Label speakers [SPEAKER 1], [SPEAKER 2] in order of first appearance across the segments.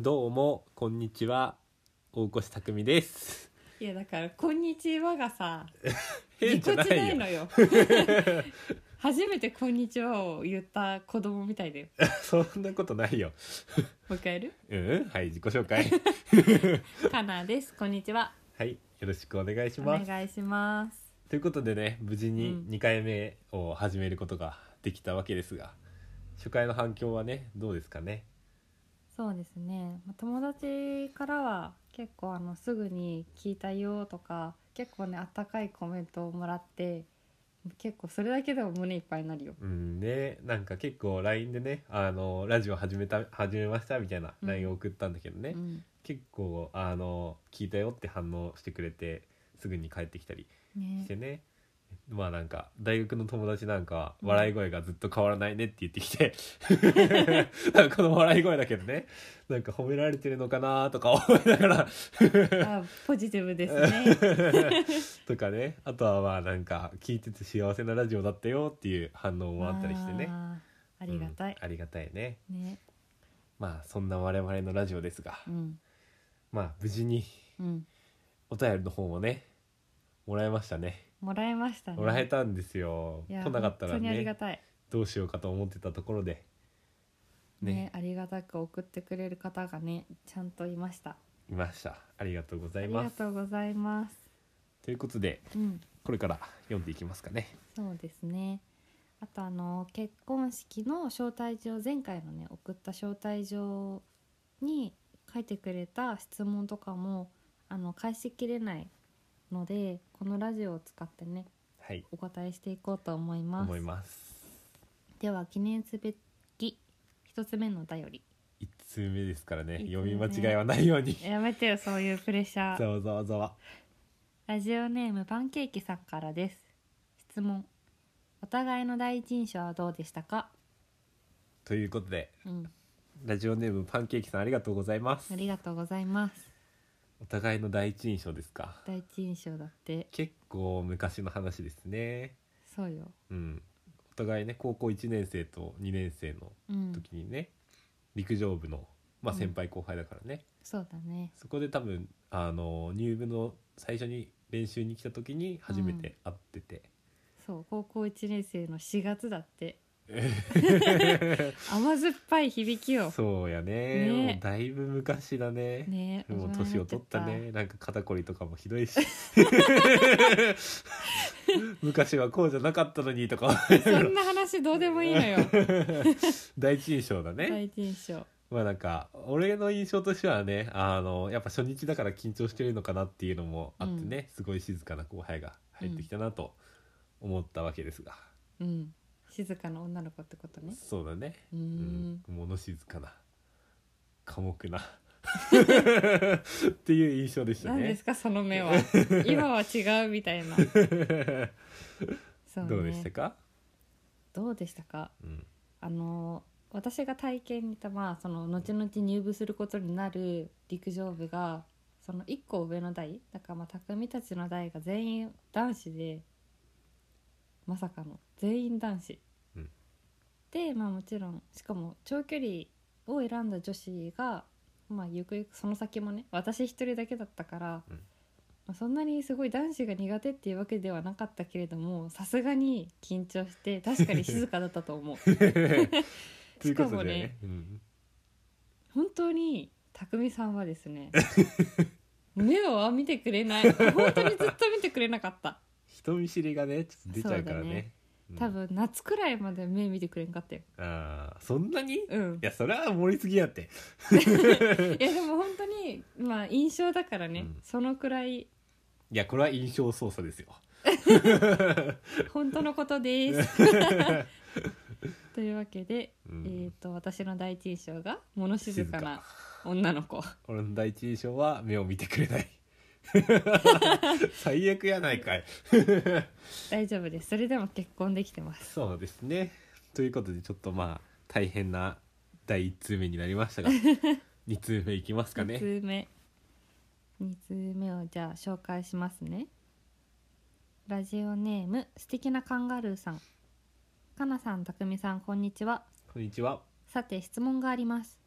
[SPEAKER 1] どうもこんにちは大越匠です
[SPEAKER 2] いやだから「こんにちは」がさぎ
[SPEAKER 1] 変じ
[SPEAKER 2] こ
[SPEAKER 1] ゃ
[SPEAKER 2] ち
[SPEAKER 1] な
[SPEAKER 2] ない
[SPEAKER 1] いよ
[SPEAKER 2] のよ 初めて「こんにちは」を言った子供みたいだよ
[SPEAKER 1] そんなことないよ
[SPEAKER 2] もう一回やる
[SPEAKER 1] うんはい自己紹 介
[SPEAKER 2] かなですこんにちは
[SPEAKER 1] はいよろしくお願いし
[SPEAKER 2] お
[SPEAKER 1] ます
[SPEAKER 2] 願いします
[SPEAKER 1] ということでね無事に
[SPEAKER 2] うん
[SPEAKER 1] 2回目を始めることができたわけですが、初回の反響はねどうですかね
[SPEAKER 2] そうですねまあ友達からは結構あのすぐに聞いたよとか結構ねあったかいコメントをもらって結構それだけでも胸いっぱいになるよ
[SPEAKER 1] うんねなんか結構 LINE でねあのラジオ始めた始めましたみたいな
[SPEAKER 2] うん
[SPEAKER 1] LINE を送ったんだけどね、
[SPEAKER 2] うん
[SPEAKER 1] 結構あの聞いたよって反応してくれてすぐに帰ってきたりし
[SPEAKER 2] ね
[SPEAKER 1] てねまあなんか大学の友達なんかは笑い声がずっと変わらないねって言ってきてなんかこの笑い声だけどねなんか褒められてるのかなとか 思いながら
[SPEAKER 2] あポジティブです ね
[SPEAKER 1] とかねあとはまあなんか聞いてて幸せなラジオだったよっていう反応もあったりしてね
[SPEAKER 2] あーありがたい
[SPEAKER 1] うん、ありがたいね
[SPEAKER 2] ね
[SPEAKER 1] まあそんな我々のラジオですが
[SPEAKER 2] うん
[SPEAKER 1] まあ無事に
[SPEAKER 2] うん
[SPEAKER 1] お便りの方もねもらえましたね
[SPEAKER 2] もらえましたね
[SPEAKER 1] もらえたんですよ
[SPEAKER 2] いや
[SPEAKER 1] 来なかったら
[SPEAKER 2] 本当にありが
[SPEAKER 1] ね
[SPEAKER 2] たい
[SPEAKER 1] どうしようかと思ってたところで
[SPEAKER 2] ね
[SPEAKER 1] ね
[SPEAKER 2] ありがたく送ってくれる方がねちゃんといました
[SPEAKER 1] いましたありがとうござ
[SPEAKER 2] あ
[SPEAKER 1] い
[SPEAKER 2] り
[SPEAKER 1] ま
[SPEAKER 2] が
[SPEAKER 1] す
[SPEAKER 2] とうございます
[SPEAKER 1] ということで
[SPEAKER 2] うん
[SPEAKER 1] これから読んでいきますかね
[SPEAKER 2] そうですねあとあの結婚式の招待状前回のね送った招待状に書いてくれた質問とかもあの返しきれないのでこのラジオを使ってね
[SPEAKER 1] はい
[SPEAKER 2] お答えしていこうと思います
[SPEAKER 1] 思います
[SPEAKER 2] では記念すべき一つ目のお便り
[SPEAKER 1] 一通目ですからね
[SPEAKER 2] 一通目
[SPEAKER 1] 読み間違いはないように
[SPEAKER 2] やめてよそういうプレッシャー
[SPEAKER 1] ざわざわざわ
[SPEAKER 2] ラジオネームパンケーキさんからです質問お互いの第一印象はどうでしたか
[SPEAKER 1] ということで
[SPEAKER 2] うん、
[SPEAKER 1] ラジオネームパンケーキさんありがとうございます
[SPEAKER 2] ありがとうございます
[SPEAKER 1] お互いの第一印象ですか
[SPEAKER 2] 第一印象だって
[SPEAKER 1] 結構昔の話ですね
[SPEAKER 2] そうよ
[SPEAKER 1] うんお互いね高校1年生と2年生の
[SPEAKER 2] うん
[SPEAKER 1] 時にね、陸上部のまあ
[SPEAKER 2] うん
[SPEAKER 1] 先輩後輩だからね、
[SPEAKER 2] そうだね
[SPEAKER 1] そこで多分あの入部の最初に練習に来た時に初めて会ってて、
[SPEAKER 2] そう高校1年生の4月だって甘酸っぱい響きを
[SPEAKER 1] そうやね
[SPEAKER 2] ね
[SPEAKER 1] もうだいぶ昔だね
[SPEAKER 2] ね
[SPEAKER 1] もう
[SPEAKER 2] 大人
[SPEAKER 1] 年
[SPEAKER 2] にな
[SPEAKER 1] を
[SPEAKER 2] っちゃ
[SPEAKER 1] 取ったねなんか肩こりとかもひどい し昔はこうじゃなかったのにとか
[SPEAKER 2] そんな話どうでもいいのよ
[SPEAKER 1] 第一印象だね
[SPEAKER 2] 第一印象
[SPEAKER 1] まあなんか俺の印象としてはねあのやっぱ初日だから緊張してるのかなっていうのもあってね、すごい静かな後輩が入ってきたなと思ったわけですが、
[SPEAKER 2] うん静かな女の子ってことね
[SPEAKER 1] そうだね
[SPEAKER 2] うーん
[SPEAKER 1] うん、物静かな寡黙なっていう印象でした
[SPEAKER 2] 何で
[SPEAKER 1] ね
[SPEAKER 2] すかその 目は今は違うみたいなそうね
[SPEAKER 1] どうでしたか、
[SPEAKER 2] どうでしたか
[SPEAKER 1] うん
[SPEAKER 2] あの私が体験にいたまあその後々入部することになる陸上部がその1個上の代だからまあ匠たちの代が全員男子でまさかの全員男子、
[SPEAKER 1] うん
[SPEAKER 2] でまあもちろんしかも長距離を選んだ女子がまあゆくゆくその先もね私一人だけだったから、
[SPEAKER 1] うん
[SPEAKER 2] まあ、そんなにすごい男子が苦手っていうわけではなかったけれどもさすがに緊張して確かに静かだったと思う
[SPEAKER 1] という
[SPEAKER 2] しか
[SPEAKER 1] こ
[SPEAKER 2] も
[SPEAKER 1] とでね
[SPEAKER 2] ね
[SPEAKER 1] うん、
[SPEAKER 2] 本当に匠さんはですね目を見てくれない本当にずっと見てくれなかった
[SPEAKER 1] 人見知りがねちょっと出ちゃうからね
[SPEAKER 2] そうだね
[SPEAKER 1] うん
[SPEAKER 2] 多分夏くらいまで目見てくれんかったよ
[SPEAKER 1] あーそんなに、い
[SPEAKER 2] うん
[SPEAKER 1] やそれは盛りすぎやって
[SPEAKER 2] いやでも本当にまあ印象だからね、
[SPEAKER 1] うん
[SPEAKER 2] そのくらい
[SPEAKER 1] いやこれは印象操作ですよ
[SPEAKER 2] 本当のことです というわけで、
[SPEAKER 1] うん
[SPEAKER 2] えー、と私の第一印象が物静かな女の子
[SPEAKER 1] 俺の第一印象は目を見てくれない 最悪やないかい
[SPEAKER 2] 大丈夫ですそれでも結婚できてます
[SPEAKER 1] そうですねということでちょっとまあ大変な第1通目になりま したが2通目いきますかね
[SPEAKER 2] 2通目2通目をじゃあ紹介しますねラジオネーム素敵なカンガルーさんかなさんたくみさんこんにちは
[SPEAKER 1] こんにちは
[SPEAKER 2] さて質問があります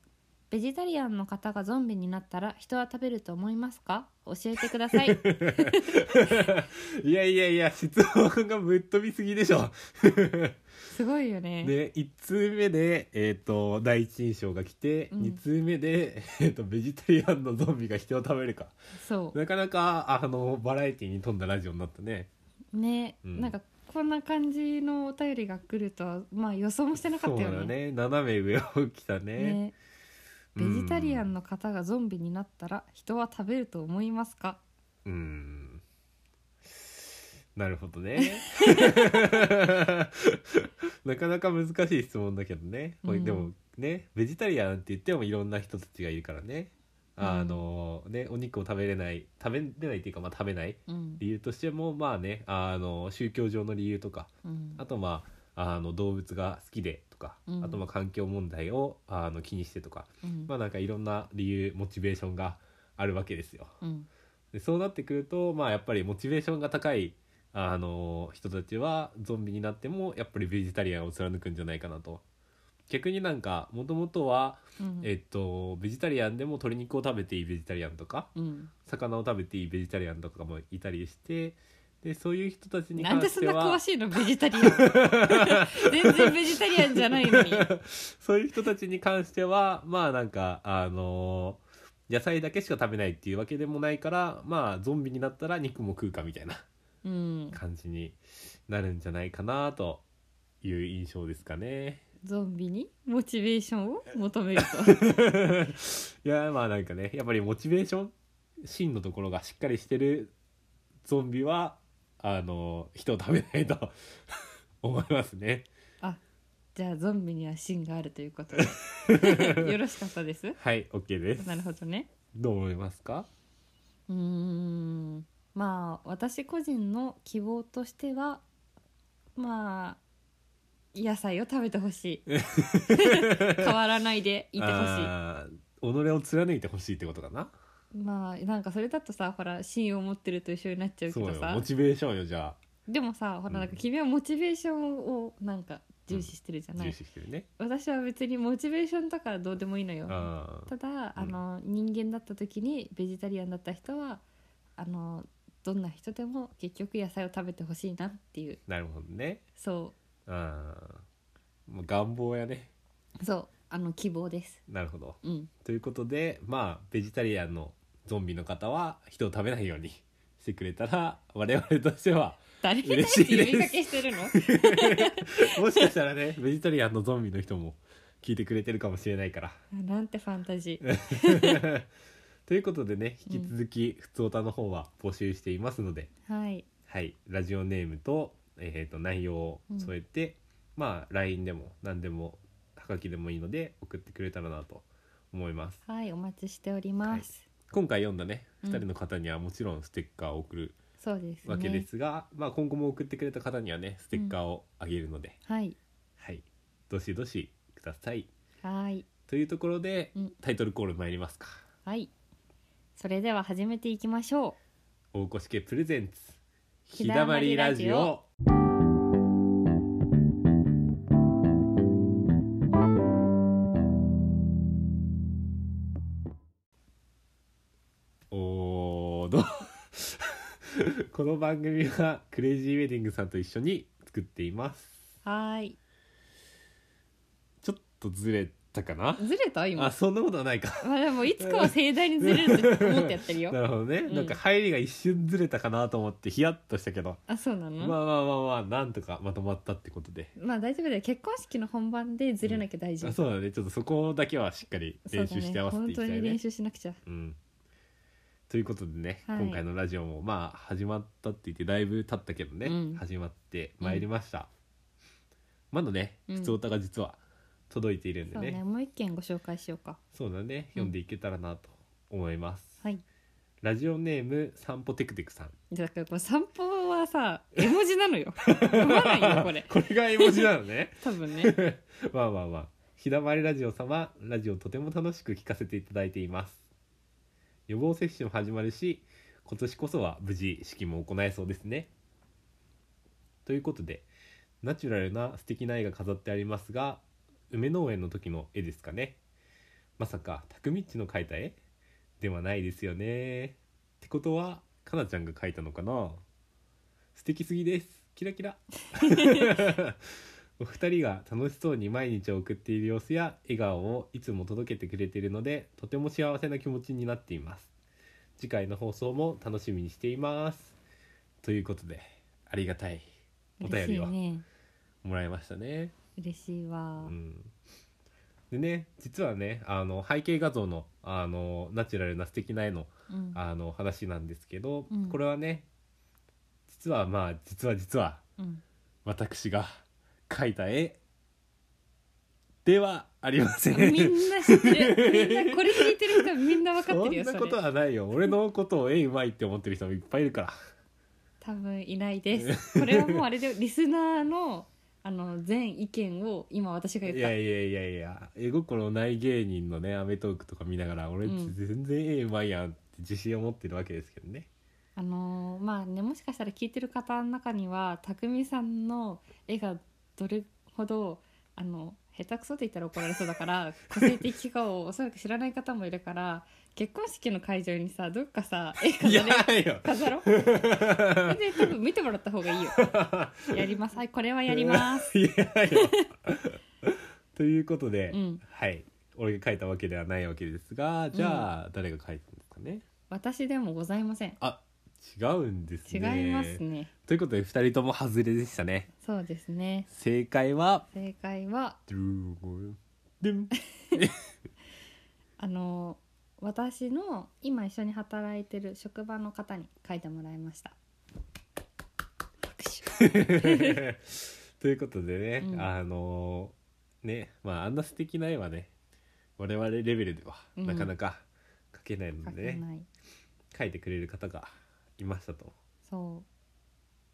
[SPEAKER 2] ベジタリアンの方がゾンビになったら人は食べると思いますか教えてくだ さい
[SPEAKER 1] いやいやいや質問がぶっ飛びすぎでしょ
[SPEAKER 2] すごいよね
[SPEAKER 1] で1通目で、えー、と第一印象が来て、
[SPEAKER 2] うん
[SPEAKER 1] 二2通目で、えー、とベジタリアンのゾンビが人を食べるか
[SPEAKER 2] そ
[SPEAKER 1] なかなかあのバラエティに富んだラジオになったね
[SPEAKER 2] うね、
[SPEAKER 1] うん
[SPEAKER 2] なんかこんな感じのお便りが来るとはまあ予想もしてなかったよ
[SPEAKER 1] そうだ
[SPEAKER 2] ね
[SPEAKER 1] ね斜め上を来たね
[SPEAKER 2] ねベジタリアンの方がゾンビになったら人は食べると思いますか
[SPEAKER 1] うんうんなるほどね なかなか難しい質問だけどね、これ
[SPEAKER 2] うん
[SPEAKER 1] でもねベジタリアンって言ってもいろんな人たちがいるからねあ
[SPEAKER 2] うん
[SPEAKER 1] のねお肉を食べれない食べれないっていうか、まあ、食べない
[SPEAKER 2] うん、
[SPEAKER 1] 理由としてもまあねあの宗教上の理由とか
[SPEAKER 2] うん
[SPEAKER 1] あとまああの動物が好きでとか、
[SPEAKER 2] うん
[SPEAKER 1] あとまあ環境問題をあの気にしてとか
[SPEAKER 2] うん
[SPEAKER 1] まあなんかいろんな理由モチベーションがあるわけですよ。
[SPEAKER 2] うん
[SPEAKER 1] でそうなってくるとまあやっぱりモチベーションが高いあの人たちはゾンビになってもやっぱりベジタリアンを貫くんじゃないかなと。逆になんかもともとは、
[SPEAKER 2] うん
[SPEAKER 1] えっと、ベジタリアンでも鶏肉を食べていいベジタリアンとか
[SPEAKER 2] うん
[SPEAKER 1] 魚を食べていいベジタリアンとかもいたりしてでそういう人たちに
[SPEAKER 2] なん
[SPEAKER 1] 関
[SPEAKER 2] で
[SPEAKER 1] し
[SPEAKER 2] そ
[SPEAKER 1] て
[SPEAKER 2] んな詳
[SPEAKER 1] は
[SPEAKER 2] しいのベジタリアン全然ベジタリアンじゃないのに
[SPEAKER 1] そういう人たちに関してはまあなんかあの野菜だけしか食べないっていうわけでもないからまあゾンビになったら肉も食うかみたいな
[SPEAKER 2] うん
[SPEAKER 1] 感じになるんじゃないかなという印象ですかね。
[SPEAKER 2] ゾンビにモチベーションを求める と
[SPEAKER 1] いやまあなんかねやっぱりモチベーション芯のところがしっかりしてるゾンビはあの人を食べないと 思いますね。
[SPEAKER 2] あじゃあゾンビには芯があるということでよろしかったです
[SPEAKER 1] はい OK です。
[SPEAKER 2] なるほどね
[SPEAKER 1] どう思いますか
[SPEAKER 2] うーんまあ私個人の希望としてはまあ野菜を食べてほし い変わらないでいてほしい
[SPEAKER 1] あー己を貫いてほしいってことかな
[SPEAKER 2] まあなんかそれだとさほら芯を持ってると一緒になっちゃうけ
[SPEAKER 1] そう
[SPEAKER 2] ど
[SPEAKER 1] よ
[SPEAKER 2] さ
[SPEAKER 1] モチベーションよじゃ
[SPEAKER 2] でもさほらなん
[SPEAKER 1] う
[SPEAKER 2] か
[SPEAKER 1] ん
[SPEAKER 2] 君はモチベーションをなんか重視してるじゃ
[SPEAKER 1] あ
[SPEAKER 2] ない、
[SPEAKER 1] 重視してるね
[SPEAKER 2] 私は別にモチベーションとかはどうでもいいのよ
[SPEAKER 1] あー
[SPEAKER 2] ただあの、人間だった時にベジタリアンだった人はあのどんな人でも結局野菜を食べてほしいなっていう
[SPEAKER 1] なるほどね
[SPEAKER 2] そ
[SPEAKER 1] あーもう願望やね
[SPEAKER 2] うそうあの希望です
[SPEAKER 1] なるほど
[SPEAKER 2] うん
[SPEAKER 1] ということでまあベジタリアンのゾンビの方は人を食べないように してくれたら我々としては
[SPEAKER 2] 誰に対
[SPEAKER 1] 嬉し
[SPEAKER 2] し
[SPEAKER 1] いです
[SPEAKER 2] て呼びかけしてるの
[SPEAKER 1] もしかしたらねベジタリアンのゾンビの人も聞いてくれてるかもしれないから。
[SPEAKER 2] あ なんてファンタジー
[SPEAKER 1] ということでね引き続き「ふつおた」の方は募集していますので、
[SPEAKER 2] はい
[SPEAKER 1] はい、ラジオネームと,、えー、と内容を添えて、まあ LINE でも何でもはがきでもいいので送ってくれたらなと思います
[SPEAKER 2] はいお待ちしております、
[SPEAKER 1] 今回読んだね
[SPEAKER 2] うん
[SPEAKER 1] 2人の方にはもちろんステッカーを送る
[SPEAKER 2] そうですね
[SPEAKER 1] わけですが、まあ、今後も送ってくれた方にはねステッカーをあげるので、
[SPEAKER 2] はい
[SPEAKER 1] はいどしどしください
[SPEAKER 2] はい
[SPEAKER 1] というところで、
[SPEAKER 2] うん
[SPEAKER 1] タイトルコール参りますか
[SPEAKER 2] はいそれでは始めていきましょう
[SPEAKER 1] 大越家プレゼンツ
[SPEAKER 2] ひだまりラジオ
[SPEAKER 1] おーどう この番組はクレイジーウェディングさんと一緒に作っています
[SPEAKER 2] はい
[SPEAKER 1] ちょっとずれたかな
[SPEAKER 2] ずれた
[SPEAKER 1] あ
[SPEAKER 2] 今
[SPEAKER 1] そんなことはないか
[SPEAKER 2] まあでもいつかは盛大にずれるって思ってやってるよ
[SPEAKER 1] なるほどね、
[SPEAKER 2] ん
[SPEAKER 1] なんか入りが一瞬ずれたかなと思ってヒヤッとしたけど、
[SPEAKER 2] あそうなの、
[SPEAKER 1] ま
[SPEAKER 2] まあ
[SPEAKER 1] あまあまあまあなんとかまとまったってことで
[SPEAKER 2] 大丈夫だよ結婚式の本番でずれなきゃ大丈夫、
[SPEAKER 1] あそうだねちょっとそこだけはしっかり練習して合わせていきたい
[SPEAKER 2] そうだね本当に
[SPEAKER 1] ね
[SPEAKER 2] 練習しなくちゃ
[SPEAKER 1] うん、ということでね、
[SPEAKER 2] はい
[SPEAKER 1] 今回のラジオもまあ始まったって言ってだいぶ経ったけどね、
[SPEAKER 2] うん
[SPEAKER 1] 始まってまいりました、まだね
[SPEAKER 2] うん
[SPEAKER 1] 普通歌が実は届いているんで
[SPEAKER 2] そう
[SPEAKER 1] ね,、
[SPEAKER 2] ねもう一件ご紹介しようか
[SPEAKER 1] そうだね読んでいけたらなと思います、
[SPEAKER 2] はい
[SPEAKER 1] ラジオネーム散歩テクテクさん
[SPEAKER 2] だからこれ散歩はさ絵文字な のよ読まないよこれ
[SPEAKER 1] これが絵文字なのね
[SPEAKER 2] 多分ね
[SPEAKER 1] まあまあまあ日だまりラジオ様ラジオとても楽しく聞かせていただいています予防接種も始まるし今年こそは無事式も行えそうですねということでナチュラルな素敵な絵が飾ってありますが梅農園の時の絵ですかねまさかタクミッチの描いた絵ではないですよねってことはかなちゃんが描いたのかな素敵すぎですキラキラお二人が楽しそうに毎日を送っている様子や笑顔をいつも届けてくれているのでとても幸せな気持ちになっています次回の放送も楽しみにしていますということでありがたいお便
[SPEAKER 2] 嬉し
[SPEAKER 1] り
[SPEAKER 2] い
[SPEAKER 1] を
[SPEAKER 2] ね
[SPEAKER 1] もらいましたね
[SPEAKER 2] 嬉しいわ、
[SPEAKER 1] うんでね実はねあの背景画像のあのナチュラルな素敵な絵の
[SPEAKER 2] うん
[SPEAKER 1] あの話なんですけど、
[SPEAKER 2] うん
[SPEAKER 1] これはね実はまあ実は実は
[SPEAKER 2] うん、
[SPEAKER 1] 私が描いた絵ではありません。
[SPEAKER 2] みんな知ってるみんなこれ聞いてる人みんな分かっ
[SPEAKER 1] そ
[SPEAKER 2] てる
[SPEAKER 1] ん
[SPEAKER 2] よそ
[SPEAKER 1] な
[SPEAKER 2] れ
[SPEAKER 1] ことはないよ俺のことを絵うまいって思ってる人もいっぱいいるから
[SPEAKER 2] 多分いないですこれはもうあれでリスナーのあの全意見を今私が言っ
[SPEAKER 1] い
[SPEAKER 2] た
[SPEAKER 1] やいやいやいや絵心ない芸人のね『アメトーク』とか見ながら俺
[SPEAKER 2] うん
[SPEAKER 1] 全然絵うまいやんって自信を持ってるわけですけどね
[SPEAKER 2] あのーまあねもしかしたら聞いてる方の中には匠さんの絵がどれほどあの下手くそって言ったら怒られそうだから 個性的かをおそらく知らない方もいるから結婚式の会場にさどっかさ絵飾
[SPEAKER 1] い
[SPEAKER 2] れ
[SPEAKER 1] やよ
[SPEAKER 2] 飾ろう全然多分見てもらった方 がいいよやりますはいこれはやります
[SPEAKER 1] いやよということで、
[SPEAKER 2] うん
[SPEAKER 1] はい俺が描いたわけではないわけですがじゃあ、誰が描いたんですかね
[SPEAKER 2] 私でもございません
[SPEAKER 1] あ違うんです
[SPEAKER 2] 違
[SPEAKER 1] ね
[SPEAKER 2] いますね
[SPEAKER 1] ということで2人とも外れでしたね
[SPEAKER 2] そうですね
[SPEAKER 1] 正解は
[SPEAKER 2] 正解は
[SPEAKER 1] ドゥーゴルドゥ ン
[SPEAKER 2] あの私の今一緒に働いてる職場の方に書いてもらいました拍手
[SPEAKER 1] ということでね、
[SPEAKER 2] うん
[SPEAKER 1] あのーねまああんな素敵な絵はね我々レベルでは
[SPEAKER 2] うん
[SPEAKER 1] なかなか描けない
[SPEAKER 2] 書
[SPEAKER 1] ので
[SPEAKER 2] け
[SPEAKER 1] ね、
[SPEAKER 2] ない
[SPEAKER 1] 描いてくれる方がいましたと、
[SPEAKER 2] そ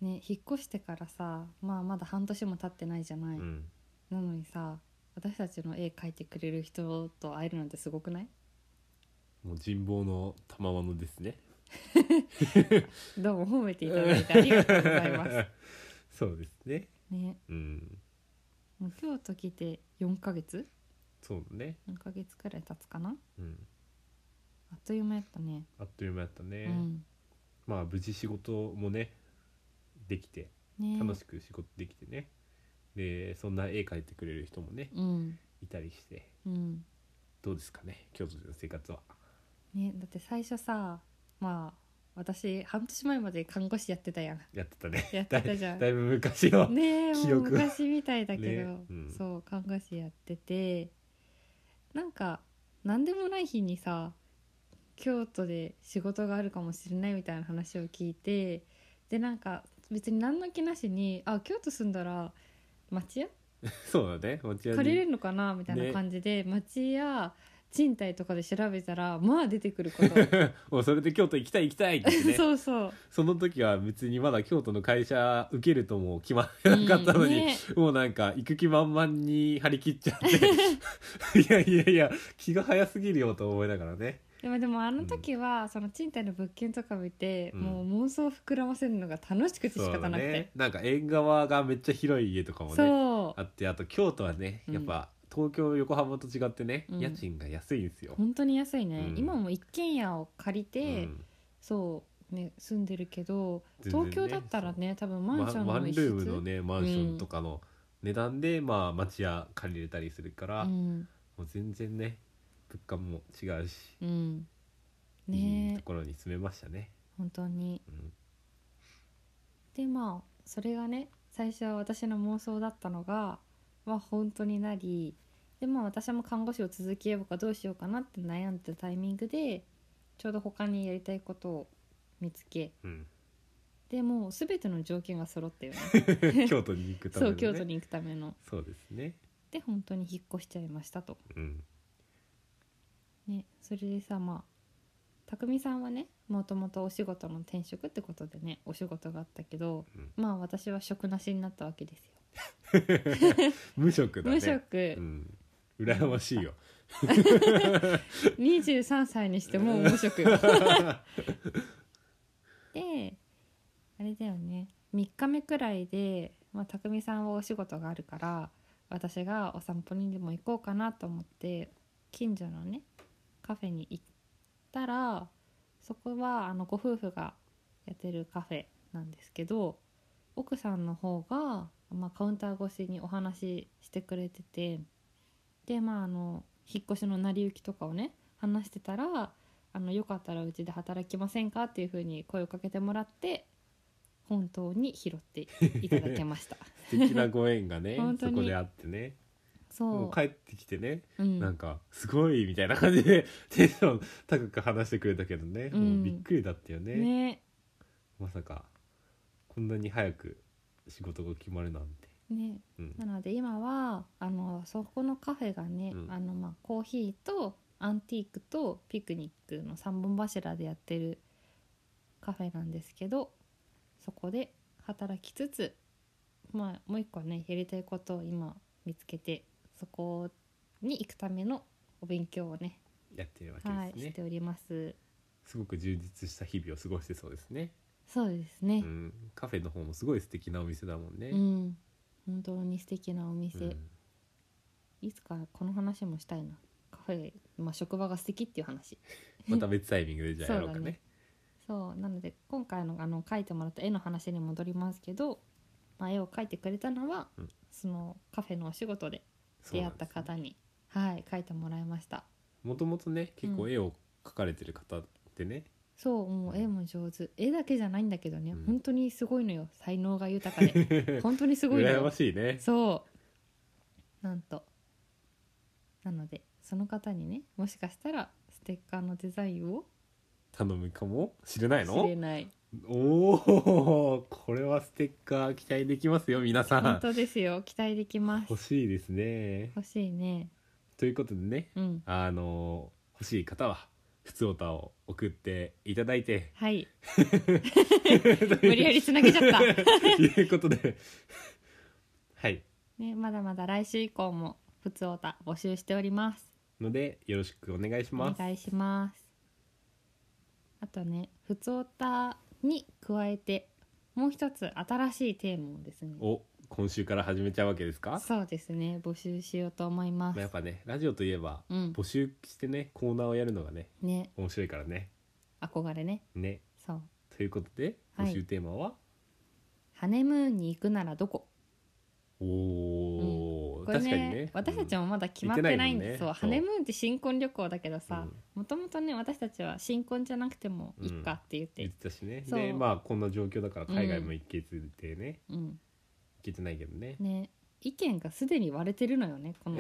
[SPEAKER 2] うね引っ越してからさまあまだ半年も経ってないじゃない、
[SPEAKER 1] うん、
[SPEAKER 2] なのにさ私たちの絵描いてくれる人と会えるなんてすごくない
[SPEAKER 1] もう人望の賜物ですね
[SPEAKER 2] どうも褒めていただいてありがとうございます
[SPEAKER 1] そうですね
[SPEAKER 2] ね
[SPEAKER 1] うん
[SPEAKER 2] もう京都来て4ヶ月
[SPEAKER 1] そうね
[SPEAKER 2] 4ヶ月くらい経つかな
[SPEAKER 1] うん
[SPEAKER 2] あっという間やったね、
[SPEAKER 1] あっという間やったね、
[SPEAKER 2] うん
[SPEAKER 1] まあ無事仕事もねできて
[SPEAKER 2] ね
[SPEAKER 1] 楽しく仕事できてね、でそんな絵描いてくれる人もね
[SPEAKER 2] うん
[SPEAKER 1] いたりして
[SPEAKER 2] うん
[SPEAKER 1] どうですかね京都での生活は
[SPEAKER 2] ねだって最初さまあ私半年前まで看護師やってたやん
[SPEAKER 1] やってたね
[SPEAKER 2] やってたじゃん
[SPEAKER 1] だいぶ昔の、
[SPEAKER 2] ねえ
[SPEAKER 1] 記
[SPEAKER 2] もう
[SPEAKER 1] 憶が
[SPEAKER 2] 昔みたいだけど、
[SPEAKER 1] ねうん
[SPEAKER 2] そう看護師やっててなんか何でもない日にさ京都で仕事があるかもしれないみたいな話を聞いてでなんか別に何の気なしにあ京都住んだら町屋
[SPEAKER 1] そうだね町屋
[SPEAKER 2] 借りれ
[SPEAKER 1] に
[SPEAKER 2] るのかなみたい
[SPEAKER 1] ね
[SPEAKER 2] な感じで、町や賃貸とかで調べたらまあ出てくること
[SPEAKER 1] もうそれで京都行きたい行きたいって言ってねそ
[SPEAKER 2] そうそう
[SPEAKER 1] の時は別にまだ京都の会社受けるとも決まらなかったのに、
[SPEAKER 2] うんね
[SPEAKER 1] もうなんか行く気満々に張り切っちゃ っていやいやいや気が早すぎるよと思いながらね
[SPEAKER 2] でもでもあの時は、その賃貸の物件とか見て、
[SPEAKER 1] うん
[SPEAKER 2] もう妄想を膨らませるのが楽しくて仕
[SPEAKER 1] そう
[SPEAKER 2] 方
[SPEAKER 1] だ
[SPEAKER 2] なく
[SPEAKER 1] ね
[SPEAKER 2] て
[SPEAKER 1] なんか縁側がめっちゃ広い家とかも
[SPEAKER 2] そう,、
[SPEAKER 1] ねあってあと京都はね
[SPEAKER 2] うん
[SPEAKER 1] やっぱ東京横浜と違ってね、
[SPEAKER 2] うん
[SPEAKER 1] 家賃が安いんですよ、
[SPEAKER 2] 本当に安いね、
[SPEAKER 1] うん
[SPEAKER 2] 今も一軒家を借
[SPEAKER 1] う
[SPEAKER 2] りて、
[SPEAKER 1] ん
[SPEAKER 2] そうね住んでるけど、
[SPEAKER 1] 全然ね
[SPEAKER 2] 東京だったらね多分マンション
[SPEAKER 1] ワンワ
[SPEAKER 2] の
[SPEAKER 1] ン
[SPEAKER 2] 一
[SPEAKER 1] ルーム
[SPEAKER 2] 室
[SPEAKER 1] のねマンションとかの値段で、まあ町屋借りれたりするから、
[SPEAKER 2] う
[SPEAKER 1] も
[SPEAKER 2] ん
[SPEAKER 1] う全然ね物価も違うし、
[SPEAKER 2] うんね
[SPEAKER 1] いいところに住めましたね、
[SPEAKER 2] 本当に
[SPEAKER 1] うん
[SPEAKER 2] でまあそれがね最初は私の妄想だったのが、まあ、本当になりでまあ私も看護師を続けようかどうしようかなって悩んでたタイミングでちょうど他にやりたいことを見つけ
[SPEAKER 1] うん、
[SPEAKER 2] でもう全ての条件が揃った よね
[SPEAKER 1] 京都に行くため
[SPEAKER 2] そ
[SPEAKER 1] の、
[SPEAKER 2] う
[SPEAKER 1] ね、
[SPEAKER 2] 京都に行くための
[SPEAKER 1] そうですね
[SPEAKER 2] で本当に引っ越しちゃいましたと
[SPEAKER 1] うん
[SPEAKER 2] ねそれでさまあ匠さんはねもともとお仕事の転職ってことでねお仕事があったけど、
[SPEAKER 1] うん
[SPEAKER 2] まあ私は職なしになったわけですよ
[SPEAKER 1] 無職だね
[SPEAKER 2] 無職、
[SPEAKER 1] うん、羨ましい よ
[SPEAKER 2] 23歳にしてもう無職であれだよね3日目くらいで、まあ、匠さんはお仕事があるから私がお散歩にでも行こうかなと思って近所のねカフェに行ったらそこはあのご夫婦がやってるカフェなんですけど奥さんの方が、まあ、カウンター越しにお話ししてくれててでまああの引っ越しの成り行きとかをね話してたらあのよかったらうちで働きませんかっていうふうに声をかけてもらって本当に拾っていただけました
[SPEAKER 1] 素敵なご縁がね
[SPEAKER 2] 本当
[SPEAKER 1] そ
[SPEAKER 2] に
[SPEAKER 1] こであってねも
[SPEAKER 2] そう
[SPEAKER 1] 帰ってきてね、
[SPEAKER 2] う、うん、
[SPEAKER 1] なんかすごいみたいな感じで テンション高く話してくれたけどね、
[SPEAKER 2] うん
[SPEAKER 1] もうびっくりだったよね
[SPEAKER 2] ね
[SPEAKER 1] まさかこんなに早く仕事が決まるなんて、
[SPEAKER 2] ね
[SPEAKER 1] うん
[SPEAKER 2] なので今はあのそこのカフェがね、
[SPEAKER 1] うん
[SPEAKER 2] あのまあコーヒーとアンティークとピクニックの3本柱でやってるカフェなんですけどそこで働きつつ、まあ、もう一個ねやりたいことを今見つけてそこに行くためのお勉強をね
[SPEAKER 1] やってるわけ
[SPEAKER 2] は
[SPEAKER 1] で
[SPEAKER 2] い、
[SPEAKER 1] すね
[SPEAKER 2] し、ております。
[SPEAKER 1] すごく充実した日々を過ごしてそうですね、
[SPEAKER 2] そうですね
[SPEAKER 1] う、ん、カフェの方もすごい素敵なお店だもんね、
[SPEAKER 2] うん本当に素敵なお店、
[SPEAKER 1] うん
[SPEAKER 2] いつかこの話もしたいなカフェ、まあ、職場が素敵っていう話
[SPEAKER 1] また別タイミングでじゃあやろうか
[SPEAKER 2] そうだ
[SPEAKER 1] ね
[SPEAKER 2] ねそうなので今回のあの描いてもらった絵の話に戻りますけど、まあ、絵を描いてくれたのは、
[SPEAKER 1] うん
[SPEAKER 2] そのカフェのお仕事で
[SPEAKER 1] そう
[SPEAKER 2] 出
[SPEAKER 1] な
[SPEAKER 2] 会
[SPEAKER 1] ん
[SPEAKER 2] っ
[SPEAKER 1] です
[SPEAKER 2] た方に、はい描いてもらいました
[SPEAKER 1] もともとね結構絵を描かれてる方ってね、
[SPEAKER 2] そうもう絵も上手絵だけじゃないんだけどね、
[SPEAKER 1] うん
[SPEAKER 2] 本当にすごいのよ才能が豊かで本当にすごい の
[SPEAKER 1] 羨
[SPEAKER 2] よ
[SPEAKER 1] ましいね
[SPEAKER 2] そうなんとなのでその方にねもしかしたらステッカーのデザインを
[SPEAKER 1] 頼むかもしれない
[SPEAKER 2] 知
[SPEAKER 1] の
[SPEAKER 2] れない
[SPEAKER 1] おおこれはステッカー期待できますよ皆さ
[SPEAKER 2] 本
[SPEAKER 1] ん
[SPEAKER 2] 当ですよ期待できます
[SPEAKER 1] 欲しいですね
[SPEAKER 2] 欲しいね
[SPEAKER 1] ということでね
[SPEAKER 2] うん
[SPEAKER 1] あの欲しい方は普通歌を送っていただいて
[SPEAKER 2] はい 無理やりつなげちゃった、
[SPEAKER 1] と いうことではい
[SPEAKER 2] ね、まだまだ来週以降もふつおた募集しております
[SPEAKER 1] のでよろしくお願いし
[SPEAKER 2] お
[SPEAKER 1] ます
[SPEAKER 2] 願いしますあとねふつおたに加えてもう一つ新しいテーマをですね
[SPEAKER 1] お今週から始めちゃうわけですか、
[SPEAKER 2] そうですね募集しようと思いま
[SPEAKER 1] まあ、やっ
[SPEAKER 2] す
[SPEAKER 1] ぱねラジオといえば、
[SPEAKER 2] うん
[SPEAKER 1] 募集してねコーナーをやるのがね
[SPEAKER 2] ね
[SPEAKER 1] 面白いからね
[SPEAKER 2] 憧れね
[SPEAKER 1] ね
[SPEAKER 2] そう
[SPEAKER 1] ということで
[SPEAKER 2] はい
[SPEAKER 1] 募集テーマは、
[SPEAKER 2] ハネムーンに行くならどこ
[SPEAKER 1] おお、
[SPEAKER 2] これ
[SPEAKER 1] 確
[SPEAKER 2] ね
[SPEAKER 1] かにね
[SPEAKER 2] 私たち
[SPEAKER 1] も、
[SPEAKER 2] もまだ決まってない
[SPEAKER 1] 行ってないも
[SPEAKER 2] ん
[SPEAKER 1] ん
[SPEAKER 2] で
[SPEAKER 1] ね
[SPEAKER 2] す、そう
[SPEAKER 1] そう
[SPEAKER 2] ハネムーンって新婚旅行だけどさ
[SPEAKER 1] うん
[SPEAKER 2] もともとね私たちは新婚じゃなくてもいいかって言っ
[SPEAKER 1] うん言
[SPEAKER 2] て
[SPEAKER 1] っ、てたしね
[SPEAKER 2] そう
[SPEAKER 1] でまあこんな状況だから海外も行けずてね、
[SPEAKER 2] うん
[SPEAKER 1] 行けてないけどね
[SPEAKER 2] ね意見がすでに割れてるのよね この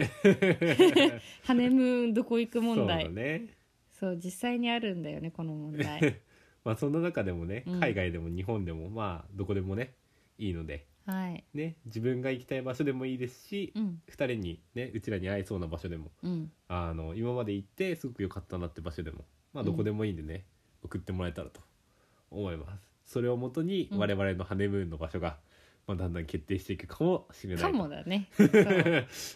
[SPEAKER 2] ハネムーンどこ行く問
[SPEAKER 1] そ
[SPEAKER 2] 題そうう,、
[SPEAKER 1] だね
[SPEAKER 2] 実際にあるんだよねこの問題
[SPEAKER 1] まあそんな中でもね
[SPEAKER 2] うん
[SPEAKER 1] 海外でも日本でも、まあどこでもねいいので
[SPEAKER 2] はい
[SPEAKER 1] ね自分が行きたい場所でもいいですし、
[SPEAKER 2] うん
[SPEAKER 1] 二人にねうちらに合いそうな場所でも
[SPEAKER 2] うん
[SPEAKER 1] あの今まで行ってすごく良かったなって場所でもまあどこでもいいんでね、送ってもらえたらと思いますそれをもとに
[SPEAKER 2] うん
[SPEAKER 1] 我々のハネムーンの場所が、まあ、だんだん決定していくかもしれな
[SPEAKER 2] か
[SPEAKER 1] いと
[SPEAKER 2] もだ ねそう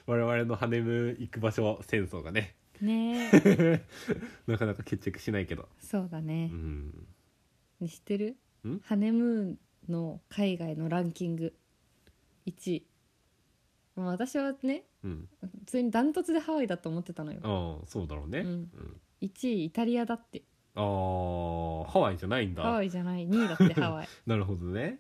[SPEAKER 1] 我々のハネムーン行く場所戦争がね
[SPEAKER 2] ね
[SPEAKER 1] なかなか決着しないけど
[SPEAKER 2] そうだ
[SPEAKER 1] う
[SPEAKER 2] ね、
[SPEAKER 1] ん
[SPEAKER 2] ね知ってる
[SPEAKER 1] ん
[SPEAKER 2] ハネムーンの海外のランキング1位もう私はね
[SPEAKER 1] うん
[SPEAKER 2] 普通にダントツでハワイだと思ってたのよ
[SPEAKER 1] ああそうだろうね、
[SPEAKER 2] うん1位イタリアだって
[SPEAKER 1] ああハワイじゃないんだ
[SPEAKER 2] ハワイじゃない2位だって ハワ
[SPEAKER 1] なるほどね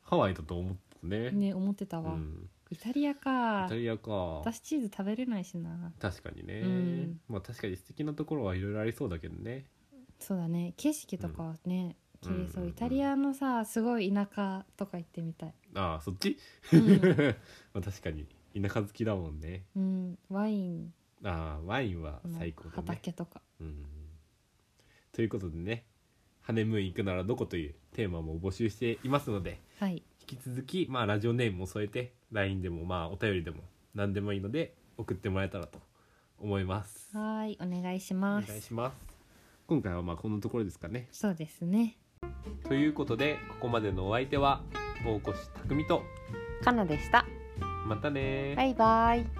[SPEAKER 1] ハワイだと思ってたね
[SPEAKER 2] イね思ってた
[SPEAKER 1] う
[SPEAKER 2] わ、
[SPEAKER 1] ん、
[SPEAKER 2] イタリアか
[SPEAKER 1] イタリアか
[SPEAKER 2] 私チーズ食べれないしな
[SPEAKER 1] 確かにね、
[SPEAKER 2] うん
[SPEAKER 1] まあ確かに素敵なところはいろいろありそうだけどね
[SPEAKER 2] そうだね景色とかはね、
[SPEAKER 1] うん
[SPEAKER 2] 綺麗そううんイタリアのさすごい田舎とか行ってみ たい、
[SPEAKER 1] ああそっち、
[SPEAKER 2] う
[SPEAKER 1] まあ
[SPEAKER 2] ん
[SPEAKER 1] 確かに田舎好きだもんね
[SPEAKER 2] うんワイン
[SPEAKER 1] ああワインは
[SPEAKER 2] の
[SPEAKER 1] 最高だね、
[SPEAKER 2] 畑とか、
[SPEAKER 1] うん、ということでね「ハネムーン行くならどこ?」というテーマも募集していますので
[SPEAKER 2] はい
[SPEAKER 1] 引き続き、まあ、ラジオネームも添えて LINE でも、まあ、お便りでも何でもいいので送ってもらえたらと思います
[SPEAKER 2] はーいお願いし
[SPEAKER 1] お
[SPEAKER 2] ま
[SPEAKER 1] 願
[SPEAKER 2] す
[SPEAKER 1] いします今回はまあこのところですかね
[SPEAKER 2] そうですね
[SPEAKER 1] ということでここまでのお相手は大越匠と
[SPEAKER 2] かなでした
[SPEAKER 1] またねー
[SPEAKER 2] バイバイ